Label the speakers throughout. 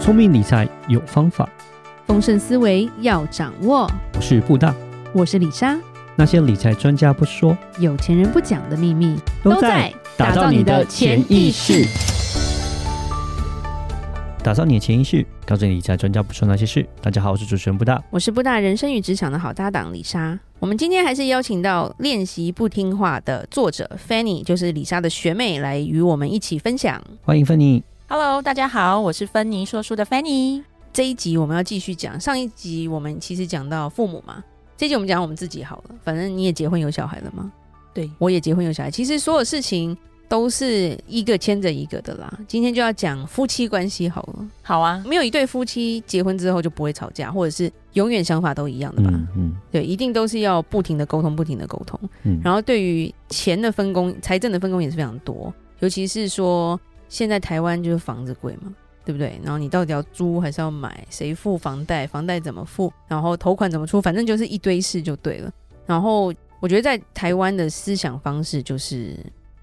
Speaker 1: 聪明理财有方法，
Speaker 2: 丰盛思维要掌握。
Speaker 1: 我是布大。
Speaker 2: 我是李莎，
Speaker 1: 那些理财专家不说，
Speaker 2: 有钱人不讲的秘密
Speaker 1: 打造你的潜意识。，打造你的潜意识，告诉你理财专家不说那些事。大家好，我是主持人布大。
Speaker 2: 我是布大人生与职场的好搭档李莎。我们今天还是邀请到练习不听话的作者 Fanny，就是李莎的学妹，来与我们一起分享。
Speaker 1: 欢迎芬妮。
Speaker 3: Hello，大家好，我是芬妮说书的 Fanny。
Speaker 2: 这一集我们要继续讲，上一集我们其实讲到父母嘛，这一集我们讲我们自己好了。反正你也结婚有小孩了吗？
Speaker 3: 对，
Speaker 2: 我也结婚有小孩，其实所有事情都是一个牵着一个的啦。今天就要讲夫妻关系好了，
Speaker 3: 好啊，
Speaker 2: 没有一对夫妻结婚之后就不会吵架，或者是永远想法都一样的吧？
Speaker 1: 嗯嗯
Speaker 2: 对，一定都是要不停的沟通，不停的沟通。
Speaker 1: 嗯。
Speaker 2: 然后对于钱的分工、财政的分工也是非常多，尤其是说现在台湾就是房子贵嘛，对不对？然后你到底要租还是要买？谁付房贷？房贷怎么付？然后头款怎么出？反正就是一堆事就对了。然后我觉得在台湾的思想方式，就是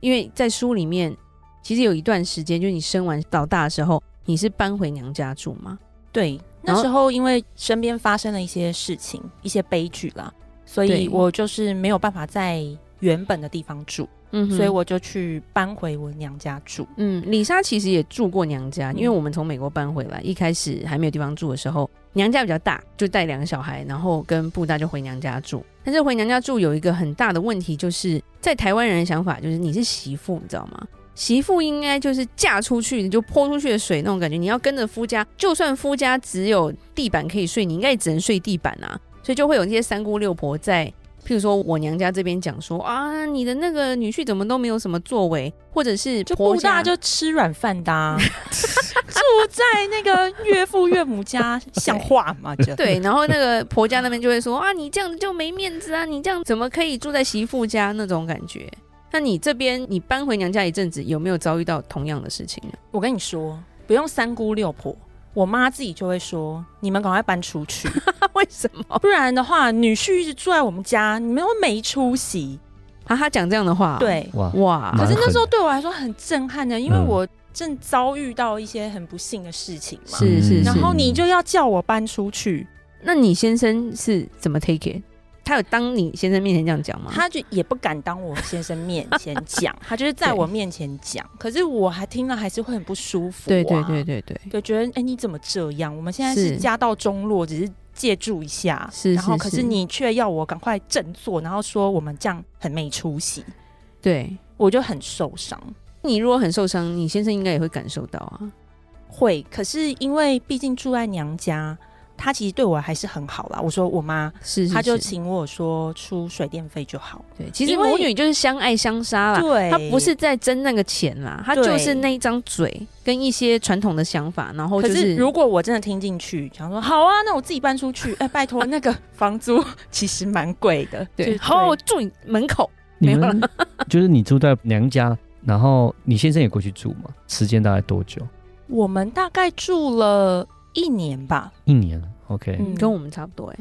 Speaker 2: 因为在书里面其实有一段时间，就是你生完老大的时候，你是搬回娘家住吗？
Speaker 3: 对，
Speaker 2: 然
Speaker 3: 那
Speaker 2: 后
Speaker 3: 时候因为身边发生了一些事情，一些悲剧啦，所
Speaker 2: 对
Speaker 3: 以我就是没有办法在原本的地方住，
Speaker 2: 嗯
Speaker 3: 所以我就去搬回我娘家住。
Speaker 2: 嗯，李莎其实也住过娘家，
Speaker 3: 嗯
Speaker 2: 因为我们从美国搬回来，一开始还没有地方住的时候，娘家比较大，就带两个小孩，然后跟布大就回娘家住。但是回娘家住有一个很大的问题，就是在台湾人的想法就是你是媳妇，你知道吗？媳妇应该就是嫁出去你就泼出去的水那种感觉，你要跟着夫家，就算夫家只有地板可以睡，你应该也只能睡地板啊，所以就会有那些三姑六婆在譬如说我娘家这边讲说啊，你的那个女婿怎么都没有什么作为，或者是
Speaker 3: 就
Speaker 2: 婆
Speaker 3: 不
Speaker 2: 家
Speaker 3: 大 就吃软饭的、啊，住在那个岳父岳母家，像话吗？这
Speaker 2: 对，然后那个婆家那边就会说啊，你这样子就没面子啊，你这样怎么可以住在媳妇家那种感觉？那你这边你搬回娘家一阵子，有没有遭遇到同样的事情呢？
Speaker 3: 我跟你说，不用三姑六婆，我妈自己就会说，你们赶快搬出去。
Speaker 2: 为什么？
Speaker 3: 不然的话，女婿一直住在我们家，你们又没出息。
Speaker 2: 啊，他讲这样的话，，
Speaker 3: 对，
Speaker 1: 哇，
Speaker 2: 哇，
Speaker 1: 蛮
Speaker 3: 可是
Speaker 1: 狠
Speaker 3: 那时候对我来说很震撼的，因为
Speaker 1: 嗯
Speaker 3: 我正遭遇到一些很不幸的事情嘛。
Speaker 2: 是
Speaker 1: 嗯
Speaker 2: 是是，
Speaker 3: 然后你就要叫我搬出去，
Speaker 2: 那你先生是怎么 take it？他有当你先生面前这样讲吗？
Speaker 3: 他就也不敢当我先生面前讲， 他就是在我面前讲，可是我还听了还是会很不舒服、啊。
Speaker 2: 对对对，对对，
Speaker 3: 就觉得哎、诶你怎么这样？我们现在是
Speaker 2: 是
Speaker 3: 家道中落，只是借住一下，
Speaker 2: 是
Speaker 3: 然后
Speaker 2: 是
Speaker 3: 可
Speaker 2: 是
Speaker 3: 是你却要我赶快振作，然后说我们这样很没出息，
Speaker 2: 对
Speaker 3: 我就很受伤。
Speaker 2: 你如果很受伤，你先生应该也会感受到啊。
Speaker 3: 会，可是因为毕竟住在娘家，她其实对我还是很好啦。我说我妈，
Speaker 2: 是是是，
Speaker 3: 她就请我说出水电费就好。
Speaker 2: 对，其实
Speaker 3: 因为
Speaker 2: 母女就是相爱相杀啦，
Speaker 3: 对，
Speaker 2: 他不是。在争那个钱啦，他就是
Speaker 3: 对
Speaker 2: 那一张嘴跟一些传统的想法，然后
Speaker 3: 可
Speaker 2: 就是
Speaker 3: 如果我真的听进去，想说好啊，那我自己搬出去。哎、拜托，那个 房租其实蛮贵的。
Speaker 2: 对，
Speaker 3: 就
Speaker 2: 好，我住你门口，
Speaker 1: 你
Speaker 2: 没有
Speaker 1: 们 就是你住在娘家，然后你先生也过去住嘛？时间大概多久？
Speaker 3: 我们大概住了一年吧，
Speaker 1: 一年。OK，，
Speaker 3: 嗯
Speaker 2: 跟我们差不多哎，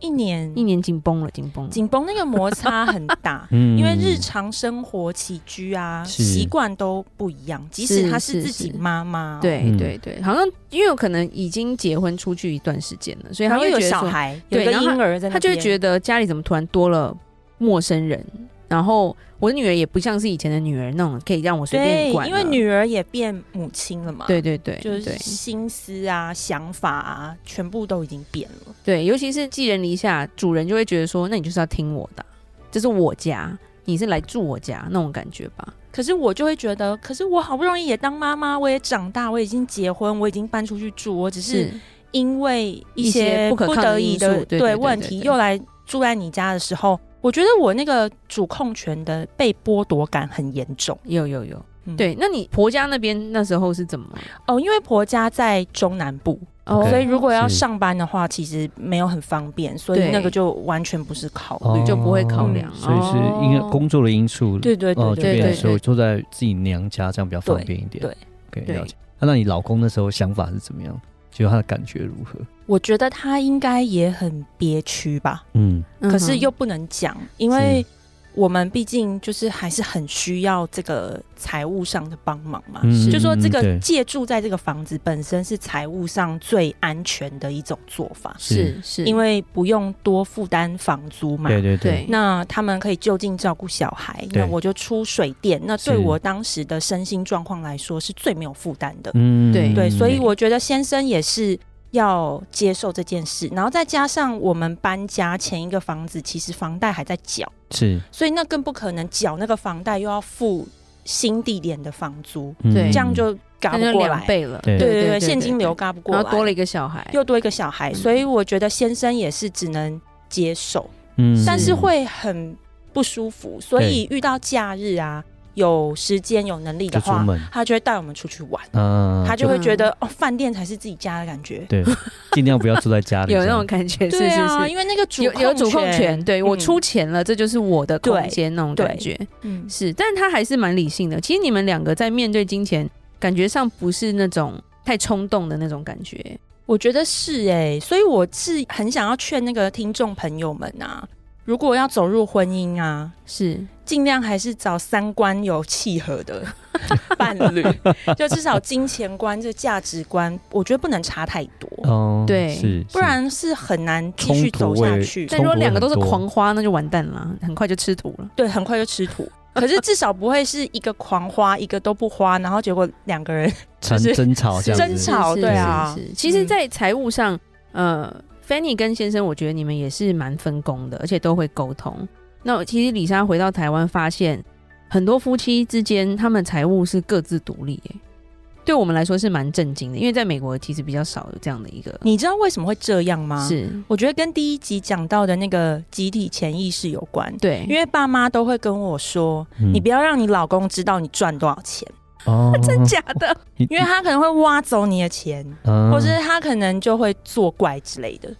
Speaker 3: 一年，
Speaker 2: 一年紧绷了，紧绷了，
Speaker 3: 紧绷那个摩擦很大
Speaker 1: 嗯
Speaker 3: 因为日常生活起居啊
Speaker 1: 是
Speaker 3: 习惯都不一样，即
Speaker 2: 是
Speaker 3: 使她
Speaker 2: 是
Speaker 3: 是自己
Speaker 2: 是
Speaker 3: 妈妈哦，
Speaker 2: 对
Speaker 1: 嗯
Speaker 2: 对对，好像因为有可能已经结婚出去一段时间了，所以
Speaker 3: 然
Speaker 2: 他
Speaker 3: 后
Speaker 2: 会
Speaker 3: 又有
Speaker 2: 觉得
Speaker 3: 小
Speaker 2: 说，
Speaker 3: 孩，有
Speaker 2: 对
Speaker 3: 一个
Speaker 2: 然后
Speaker 3: 婴儿在那边，
Speaker 2: 他就会觉得家里怎么突然多了陌生人，然后我的女儿也不像是以前的女儿那种可以让我随便管
Speaker 3: 对，
Speaker 2: 了，
Speaker 3: 因为女儿也变母亲了嘛，，
Speaker 2: 对对对，
Speaker 3: 就是
Speaker 2: 对
Speaker 3: 心思啊、想法啊，全部都已经变了。
Speaker 2: 对，尤其是寄人篱下，主人就会觉得说，那你就是要听我的啊，这是我家，你是来住我家那种感觉吧？
Speaker 3: 可是我就会觉得，可是我好不容易也当妈妈，我也长大，我已经结婚，我已经搬出去住，我只是因为
Speaker 2: 一
Speaker 3: 一
Speaker 2: 些
Speaker 3: 些
Speaker 2: 不可抗
Speaker 3: 得
Speaker 2: 的因
Speaker 3: 已
Speaker 2: 素
Speaker 3: 的
Speaker 2: 对对对
Speaker 3: 问
Speaker 2: 对
Speaker 3: 题，
Speaker 2: 对
Speaker 3: 又来住在你家的时候，我觉得我那个主控权的被剥夺感很严重。
Speaker 2: 有有有，
Speaker 3: 嗯
Speaker 2: 对。那你婆家那边那时候是怎么？
Speaker 3: 哦，因为婆家在中南部，
Speaker 2: 哦
Speaker 1: OK
Speaker 3: 所以如果要
Speaker 1: 是
Speaker 3: 上班的话，其实没有很方便，所
Speaker 2: 对
Speaker 3: 以那个就完全不是考虑。
Speaker 2: 就不会考量
Speaker 1: 哦所以是因为工作的因素，
Speaker 3: 对对
Speaker 1: 哦，
Speaker 3: 对
Speaker 1: 就
Speaker 2: 对
Speaker 1: 变
Speaker 2: 对
Speaker 1: 成说住在自己娘家，这样比较方便一点。
Speaker 3: 对
Speaker 1: 可以
Speaker 2: 对
Speaker 1: 了解。那、那你老公那时候想法是怎么样？就他的感觉如何？
Speaker 3: 我觉得他应该也很憋屈吧，
Speaker 1: 嗯，
Speaker 2: 嗯哼
Speaker 3: 可是又不能讲，因为我们毕竟就是还是很需要这个财务上的帮忙嘛，
Speaker 1: 嗯
Speaker 3: 就说
Speaker 1: 嗯
Speaker 3: 这
Speaker 1: 嗯
Speaker 3: 个
Speaker 1: 对
Speaker 3: 借住在这个房子本身是财务上最安全的一种做法，
Speaker 2: 是是，
Speaker 3: 因为不用多负担房租嘛。
Speaker 1: 对对对，
Speaker 2: 对
Speaker 3: 那他们可以就近照顾小孩，
Speaker 1: 对
Speaker 3: 那我就出水电，那对
Speaker 1: 是
Speaker 3: 我当时的身心状况来说是最没有负担的。
Speaker 1: 嗯
Speaker 2: 对
Speaker 3: 对，所以
Speaker 1: 嗯
Speaker 3: 我觉得先生也是要接受这件事，然后再加上我们搬家前一个房子其实房贷还在缴，
Speaker 1: 是
Speaker 3: 所以那更不可能缴那个房贷又要付新地点的房租，
Speaker 1: 嗯
Speaker 2: 对
Speaker 3: 这样就嘎
Speaker 2: 那
Speaker 3: 不
Speaker 2: 就
Speaker 3: 过
Speaker 2: 两
Speaker 3: 来。
Speaker 2: 倍了，
Speaker 1: 对
Speaker 3: 对对对，现金流，嘎不过
Speaker 2: 然后多了
Speaker 3: 来，
Speaker 2: 一个小孩，
Speaker 3: 又多一个小孩，
Speaker 2: 嗯
Speaker 3: 所以我觉得先生也是只能接受，
Speaker 1: 嗯
Speaker 3: 但是会很不舒服，所以遇到假日啊，有时间有能力的
Speaker 1: 就出
Speaker 3: 话
Speaker 1: 门，
Speaker 3: 他就会带我们出去玩。
Speaker 1: 嗯，
Speaker 3: 他就会
Speaker 2: 嗯
Speaker 3: 觉得哦，饭店才是自己家的感觉。
Speaker 1: 对，尽量不要住在家里，
Speaker 2: 有那
Speaker 1: 这样
Speaker 2: 种感觉，是
Speaker 3: 对
Speaker 2: 是
Speaker 3: 啊，
Speaker 2: 是。
Speaker 3: 因为那个主
Speaker 2: 有有主控权，对我
Speaker 3: 嗯
Speaker 2: 出钱了，这就是我的空
Speaker 3: 对
Speaker 2: 间那种感
Speaker 3: 对
Speaker 2: 觉
Speaker 3: 嗯，
Speaker 2: 是，但他还是蛮理性的。其实你们两个在面对金钱，感觉上不是那种太冲动的那种感觉，
Speaker 3: 我觉得是哎、所以我是很想要劝那个听众朋友们啊，如果要走入婚姻啊，
Speaker 2: 是
Speaker 3: 尽量还是找三观有契合的伴侣，就至少金钱观、这价值观，我觉得不能差太多，
Speaker 1: 哦，
Speaker 2: 对
Speaker 1: 是，
Speaker 3: 不然是很难继
Speaker 1: 冲
Speaker 3: 续
Speaker 1: 突
Speaker 3: 走下
Speaker 1: 会
Speaker 3: 去。
Speaker 2: 但如果
Speaker 1: 冲突会
Speaker 2: 两个都是
Speaker 1: 很多
Speaker 2: 狂花，那就完蛋了，很快就吃土了。
Speaker 3: 对，很快就吃土。可是至少不会是一个狂花，一个都不花，然后结果两个人
Speaker 1: 是产
Speaker 3: 就是
Speaker 1: 争吵这样
Speaker 3: 争
Speaker 1: 子
Speaker 3: 吵，
Speaker 2: 是
Speaker 3: 对啊
Speaker 2: 是是，其实，
Speaker 3: 嗯
Speaker 2: 在财务上，呃，Fanny 跟先生，我觉得你们也是蛮分工的，而且都会沟通。那其实李莎回到台湾，发现很多夫妻之间，他们财务是各自独立、欸，对我们来说是蛮震惊的，因为在美国其实比较少有这样的一个，
Speaker 3: 你知道为什么会这样吗？
Speaker 2: 是
Speaker 3: 我觉得跟第一集讲到的那个集体潜意识有关，
Speaker 2: 对，
Speaker 3: 因为爸妈都会跟我说，
Speaker 1: 嗯
Speaker 3: 你不要让你老公知道你赚多少钱，
Speaker 1: 哦，嗯真
Speaker 2: 假的，
Speaker 3: 因为他可能会挖走你的钱，或
Speaker 1: 或
Speaker 3: 者是他可能就会作怪之类的。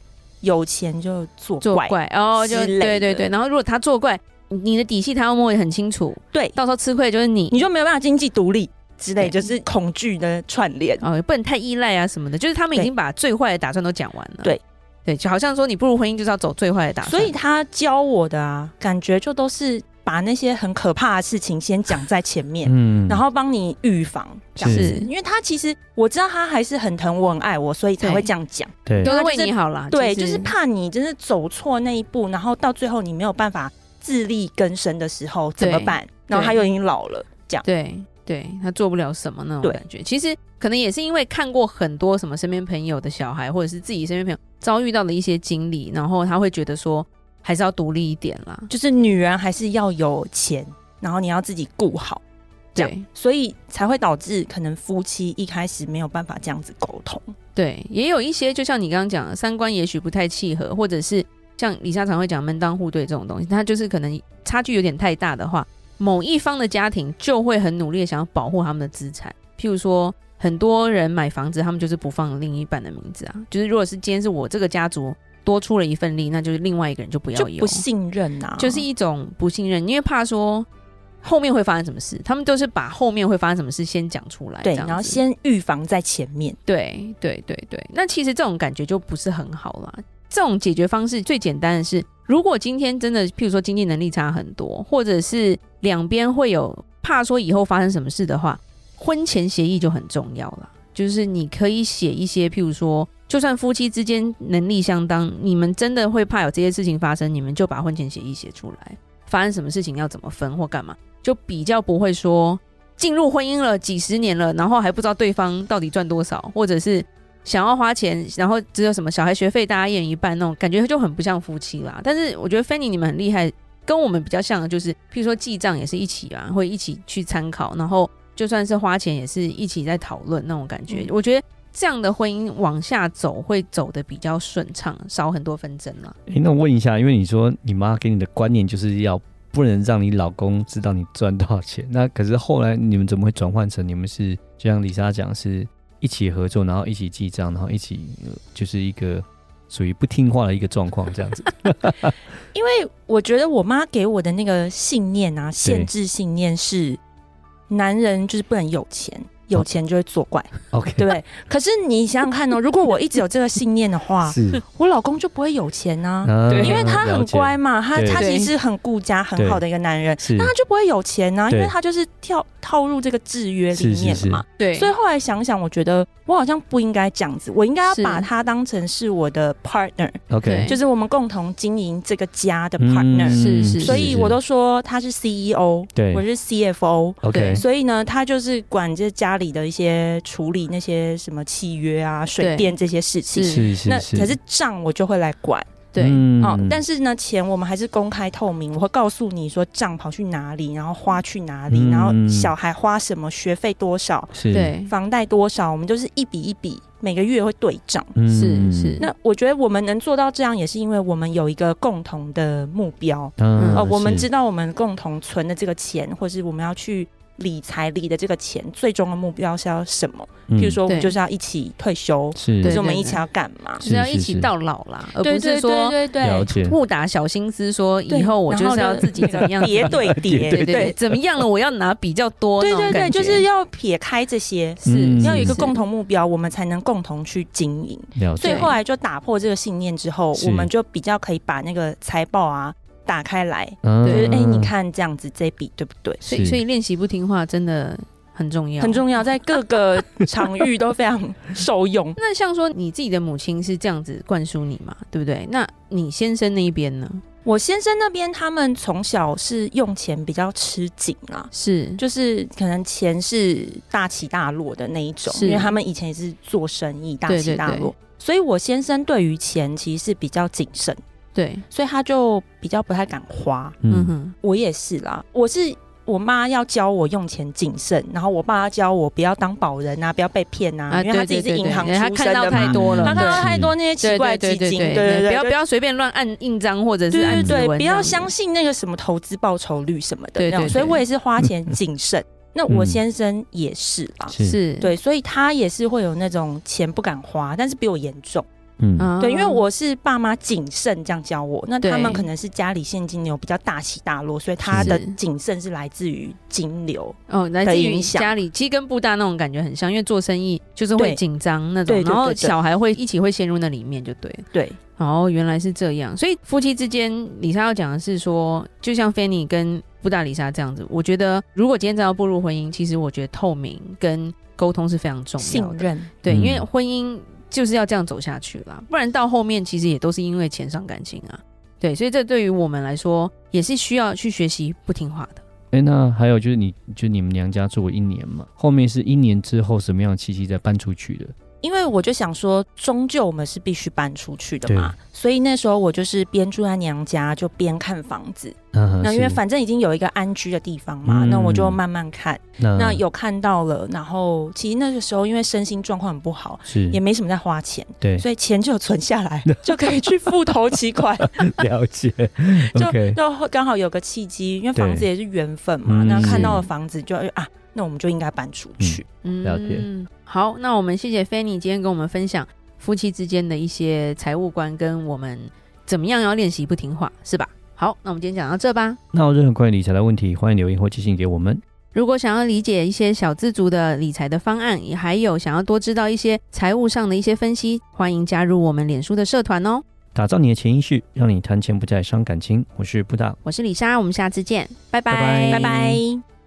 Speaker 3: 有钱就 作
Speaker 2: 作
Speaker 3: 怪，
Speaker 2: 怪哦，就
Speaker 3: 之
Speaker 2: 对
Speaker 3: 类的
Speaker 2: 对对，然后如果他作怪，你的底细他要摸得很清楚，
Speaker 3: 对
Speaker 2: 到时候吃亏的就是你，
Speaker 3: 你就没有办法经济独立之类，
Speaker 2: 对
Speaker 3: 就是恐惧的串联。
Speaker 2: 哦，也不能太依赖啊什么的，就是他们已经把最坏的打算都讲完了。
Speaker 3: 对，
Speaker 2: 对，就好像说你步入婚姻就是要走最坏的打
Speaker 3: 所
Speaker 2: 算。
Speaker 3: 以他教我的啊，感觉就都是把那些很可怕的事情先讲在前面，
Speaker 1: 嗯
Speaker 3: 然后帮你预防。这样
Speaker 1: 是
Speaker 3: 子因为他其实我知道他还是很疼我、很爱我，所以才会这样讲。
Speaker 1: 对
Speaker 2: 都是
Speaker 3: 他就
Speaker 2: 为
Speaker 3: 是
Speaker 2: 你好啦，
Speaker 3: 对，
Speaker 2: 其
Speaker 3: 就
Speaker 2: 实
Speaker 3: 是怕你真的走错那一步，然后到最后你没有办法自力更生的时候怎么办？然后他又已经老了，
Speaker 2: 对对，他做不了什么那种
Speaker 3: 对
Speaker 2: 感觉。其实可能也是因为看过很多什么身边朋友的小孩，或者是自己身边朋友遭遇到的一些经历，然后他会觉得说还是要独立一点啦。
Speaker 3: 就是女人还是要有钱，然后你要自己顾好，这样
Speaker 2: 对
Speaker 3: 所以才会导致可能夫妻一开始没有办法这样子沟通。
Speaker 2: 对，也有一些就像你刚刚讲的，三观也许不太契合，或者是像李莎常会讲门当户对这种东西，它就是可能差距有点太大的话，某一方的家庭就会很努力的想要保护他们的资产，譬如说。很多人买房子，他们就是不放另一半的名字啊。就是如果是今天是我这个家族多出了一份力，那就是另外一个人就不要
Speaker 3: 就
Speaker 2: 有，
Speaker 3: 不信任啊，
Speaker 2: 就是一种不信任，因为怕说后面会发生什么事，他们都是把后面会发生什么事先讲出来，
Speaker 3: 对，
Speaker 2: 这样
Speaker 3: 然后
Speaker 2: 子
Speaker 3: 先预防在前面。
Speaker 2: 对对对对，那其实这种感觉就不是很好啦。这种解决方式最简单的是，如果今天真的，譬如说经济能力差很多，或者是两边会有怕说以后发生什么事的话，婚前协议就很重要了。就是你可以写一些，譬如说，就算夫妻之间能力相当，你们真的会怕有这些事情发生，你们就把婚前协议写出来，发生什么事情要怎么分或干嘛，就比较不会说进入婚姻了几十年了，然后还不知道对方到底赚多少，或者是想要花钱，然后只有什么小孩学费大家一人一半那种感觉，就很不像夫妻啦。但是我觉得 Fanny 你们很厉害，跟我们比较像的就是，譬如说记账也是一起啊，会一起去参考，然后就算是花钱也是一起在讨论那种感觉。
Speaker 3: 嗯
Speaker 2: 我觉得这样的婚姻往下走会走的比较顺畅，少很多纷争啦。
Speaker 1: 诶那我问一下，因为你说你妈给你的观念就是要不能让你老公知道你赚多少钱，那可是后来你们怎么会转换成你们是就像李莎讲是一起合作，然后一起记账，然后一起、呃就是一个属于不听话的一个状况这样 子？
Speaker 3: 因为我觉得我妈给我
Speaker 1: 哦
Speaker 3: 的那个信念啊，限制信念是，男人就是不能有钱，有钱就会作怪，
Speaker 1: OK，
Speaker 3: 对不啊对？可是你想想 看哦，如果我一直有这个信念的话，
Speaker 1: 是，
Speaker 3: 我老公就不会有钱啊。
Speaker 1: 啊
Speaker 2: 对
Speaker 3: 因为他很乖，嘛，他
Speaker 1: 对
Speaker 3: 他其实是很顾家、很好的一个男人，
Speaker 1: 是
Speaker 3: 那他就不会有钱呐、因
Speaker 1: 对
Speaker 3: 为他就是跳套入这个制约里
Speaker 1: 是是
Speaker 3: 面了嘛。
Speaker 2: 对，
Speaker 3: 所以后来想想，我觉得我好像不应该这样子，我应该要
Speaker 2: 是
Speaker 3: 把他当成是我的 partner，
Speaker 1: OK，
Speaker 2: 对
Speaker 3: 就是我们共同经营这个家的
Speaker 1: 嗯
Speaker 3: partner。
Speaker 2: 是是
Speaker 3: 所以我都说他是 CEO，
Speaker 1: 对
Speaker 3: 我是 CFO。
Speaker 1: OK，
Speaker 2: 对
Speaker 3: 所以呢，他就是管这家里的一些处理那些什么契约啊、水
Speaker 2: 对
Speaker 3: 电这些事情。
Speaker 2: 是嗯
Speaker 1: 是是，
Speaker 3: 那可是账我就会来管，
Speaker 1: 嗯
Speaker 2: 对，
Speaker 3: 哦，但
Speaker 1: 是
Speaker 3: 是呢，钱我们还是公开透明，我会告诉你说账跑去哪里，然后花去哪里，
Speaker 1: 嗯
Speaker 3: 然后小孩花什么，学费多少，
Speaker 1: 是，
Speaker 2: 对，
Speaker 3: 房贷多少，我们就是一笔一笔，每个月会对账。
Speaker 1: 嗯
Speaker 2: 是是
Speaker 3: 那我觉得我们能做到这样，也是因为我们有一个共同的目标，
Speaker 1: 嗯
Speaker 3: 呃，我们
Speaker 1: 是
Speaker 3: 知道我们共同存的这个钱，或是我们要去理财理的这个钱，最终的目标是要什么？
Speaker 1: 嗯
Speaker 3: 譬如说，我们
Speaker 2: 对
Speaker 3: 就是要一起退休，
Speaker 1: 是
Speaker 3: 或
Speaker 2: 对
Speaker 3: 是我们
Speaker 2: 对
Speaker 3: 一起
Speaker 2: 对
Speaker 3: 要干嘛？
Speaker 2: 就是要
Speaker 1: 是
Speaker 2: 一
Speaker 1: 是
Speaker 2: 起
Speaker 1: 是
Speaker 2: 到老啦，而
Speaker 3: 对
Speaker 2: 不
Speaker 3: 对
Speaker 2: 是
Speaker 3: 对
Speaker 2: 说
Speaker 3: 对对，
Speaker 1: 了解，
Speaker 2: 误打小心思，说
Speaker 3: 对
Speaker 2: 以后我就是要自己怎 么样，
Speaker 3: 叠对叠，
Speaker 2: 对对对，怎么样了？我要拿比较多那
Speaker 3: 对
Speaker 2: 种
Speaker 3: 对对，
Speaker 2: 感觉，
Speaker 3: 就是要撇开这些，
Speaker 1: 嗯
Speaker 2: 是
Speaker 3: 要有一个共
Speaker 2: 同，
Speaker 3: 同目标，我们才能共同去经营。
Speaker 1: 了解
Speaker 3: 所以后来就打破这个信念之后，
Speaker 1: 是
Speaker 3: 我们就比较可以把那个财报啊打开来，
Speaker 1: 就
Speaker 3: 就是
Speaker 2: 对
Speaker 3: 哎、你，看这样子这笔对不对？
Speaker 2: 所以
Speaker 1: 是
Speaker 2: 所以练习不听话真的很重要，
Speaker 3: 很。重要，在各个场域都非常受 用。
Speaker 2: 那像说你自己的母亲是这样子灌输你嘛，对不对？那你先生那一边呢？
Speaker 3: 我先生那边他们从小是用钱比较吃紧啊，
Speaker 2: 是
Speaker 3: 就是可能钱是大起大落的那一种，
Speaker 2: 是
Speaker 3: 因为他们以前也是做生意大
Speaker 2: 对
Speaker 3: 起
Speaker 2: 对
Speaker 3: 大落，
Speaker 2: 对
Speaker 3: 所以我先生对于钱其实是比较谨慎，
Speaker 2: 对，
Speaker 3: 所以他就比较不太敢花。
Speaker 2: 嗯
Speaker 1: 嗯
Speaker 2: 哼，
Speaker 3: 我也是啦，我是我妈要教我用钱谨慎，然后我爸要教我不要当保人啊，不要被骗啊，因为他自己是银行出
Speaker 2: 对他
Speaker 3: 身
Speaker 2: 看到
Speaker 3: 的
Speaker 2: 太
Speaker 3: 嘛，
Speaker 2: 多了，
Speaker 3: 他看
Speaker 2: 对
Speaker 3: 到太多那些奇怪的
Speaker 2: 对
Speaker 3: 基
Speaker 2: 对
Speaker 3: 金，
Speaker 2: 对对
Speaker 3: 对对
Speaker 2: 不要不
Speaker 3: 对。
Speaker 2: 要随便乱按印章或者是
Speaker 3: 对
Speaker 2: 按指
Speaker 3: 对对，
Speaker 2: 纹
Speaker 3: 不
Speaker 2: 这样
Speaker 3: 要
Speaker 2: 子
Speaker 3: 相信那个什么投资报酬率什么的
Speaker 2: 对
Speaker 3: 那种，
Speaker 2: 对
Speaker 3: 所以
Speaker 2: 对
Speaker 3: 我也是花钱 谨慎。那我先生也是啦，
Speaker 1: 是，
Speaker 2: 是，
Speaker 3: 对，所以他也是会有那种钱不敢花，但是比我严重。
Speaker 1: 嗯
Speaker 2: 啊
Speaker 3: 对，因为我是爸妈谨慎这样教我，那他
Speaker 2: 对
Speaker 3: 们可能是家里现金流比较大起大落，所以他
Speaker 2: 是
Speaker 3: 的谨慎是来自于金流。
Speaker 2: 哦，来自
Speaker 3: 的
Speaker 2: 于
Speaker 3: 影响
Speaker 2: 家里，其实跟布大那种感觉很像，因为做生意就是会
Speaker 3: 对
Speaker 2: 紧张那种，
Speaker 3: 对对对
Speaker 2: 然后
Speaker 3: 对对
Speaker 2: 小孩会一起会陷入那里面，就对了。
Speaker 3: 对，
Speaker 2: 哦，原来是这样，所以夫妻之间，李莎要讲的是说，就像 Fanny 跟布大李莎这样子，我觉得如果今天真的要步入婚姻，其实我觉得透明跟沟通是非常重
Speaker 3: 信
Speaker 2: 要的，
Speaker 3: 任。
Speaker 2: 对，
Speaker 1: 嗯
Speaker 2: 因为婚姻就是要这样走下去啦，不然到后面其实也都是因为钱伤感情啊，对，所以这对于我们来说也是需要去学习不听话的，
Speaker 1: 哎，那还有就是你，就你们娘家住过一年嘛，后面是一年之后什么样的契机再搬出去的？
Speaker 3: 因为我就想说，终究我们是必须搬出去的嘛，所以那时候我就是边住在娘家，就边看房子。
Speaker 1: 嗯
Speaker 3: 那因为反正已经有一个安居的地方嘛，
Speaker 1: 嗯
Speaker 3: 那我就慢慢看。
Speaker 1: 那
Speaker 3: 那有看到了，然后其实那个时候因为身心状况很不好，
Speaker 1: 是
Speaker 3: 也没什么在花钱，
Speaker 1: 对
Speaker 3: 所以钱就有存下来，就可以去付头期款。
Speaker 1: 了解
Speaker 3: 就
Speaker 1: ，OK，
Speaker 3: 就刚好有个契机，因为房子
Speaker 1: 对
Speaker 3: 也是缘分嘛。
Speaker 1: 嗯
Speaker 3: 那看到了
Speaker 2: 是
Speaker 3: 房子就啊，那我们就应该搬出去。
Speaker 2: 嗯
Speaker 1: 了解
Speaker 2: 好，那我们谢谢 Fanny 今天跟我们分享夫妻之间的一些财务观，跟我们怎么样要练习不听话，是吧？好，那我们今天讲到这吧。
Speaker 1: 那有任何关于理财的问题，欢迎留言或寄信给我们。
Speaker 2: 如果想要理解一些小资族的理财的方案，也还有想要多知道一些财务上的一些分析，欢迎加入我们脸书的社团哦。
Speaker 1: 打造你的潜意识，让你谈钱不再伤感情。我是布达，
Speaker 2: 嗯我是李莎，我们下次见，拜拜，
Speaker 1: 拜
Speaker 3: 拜拜。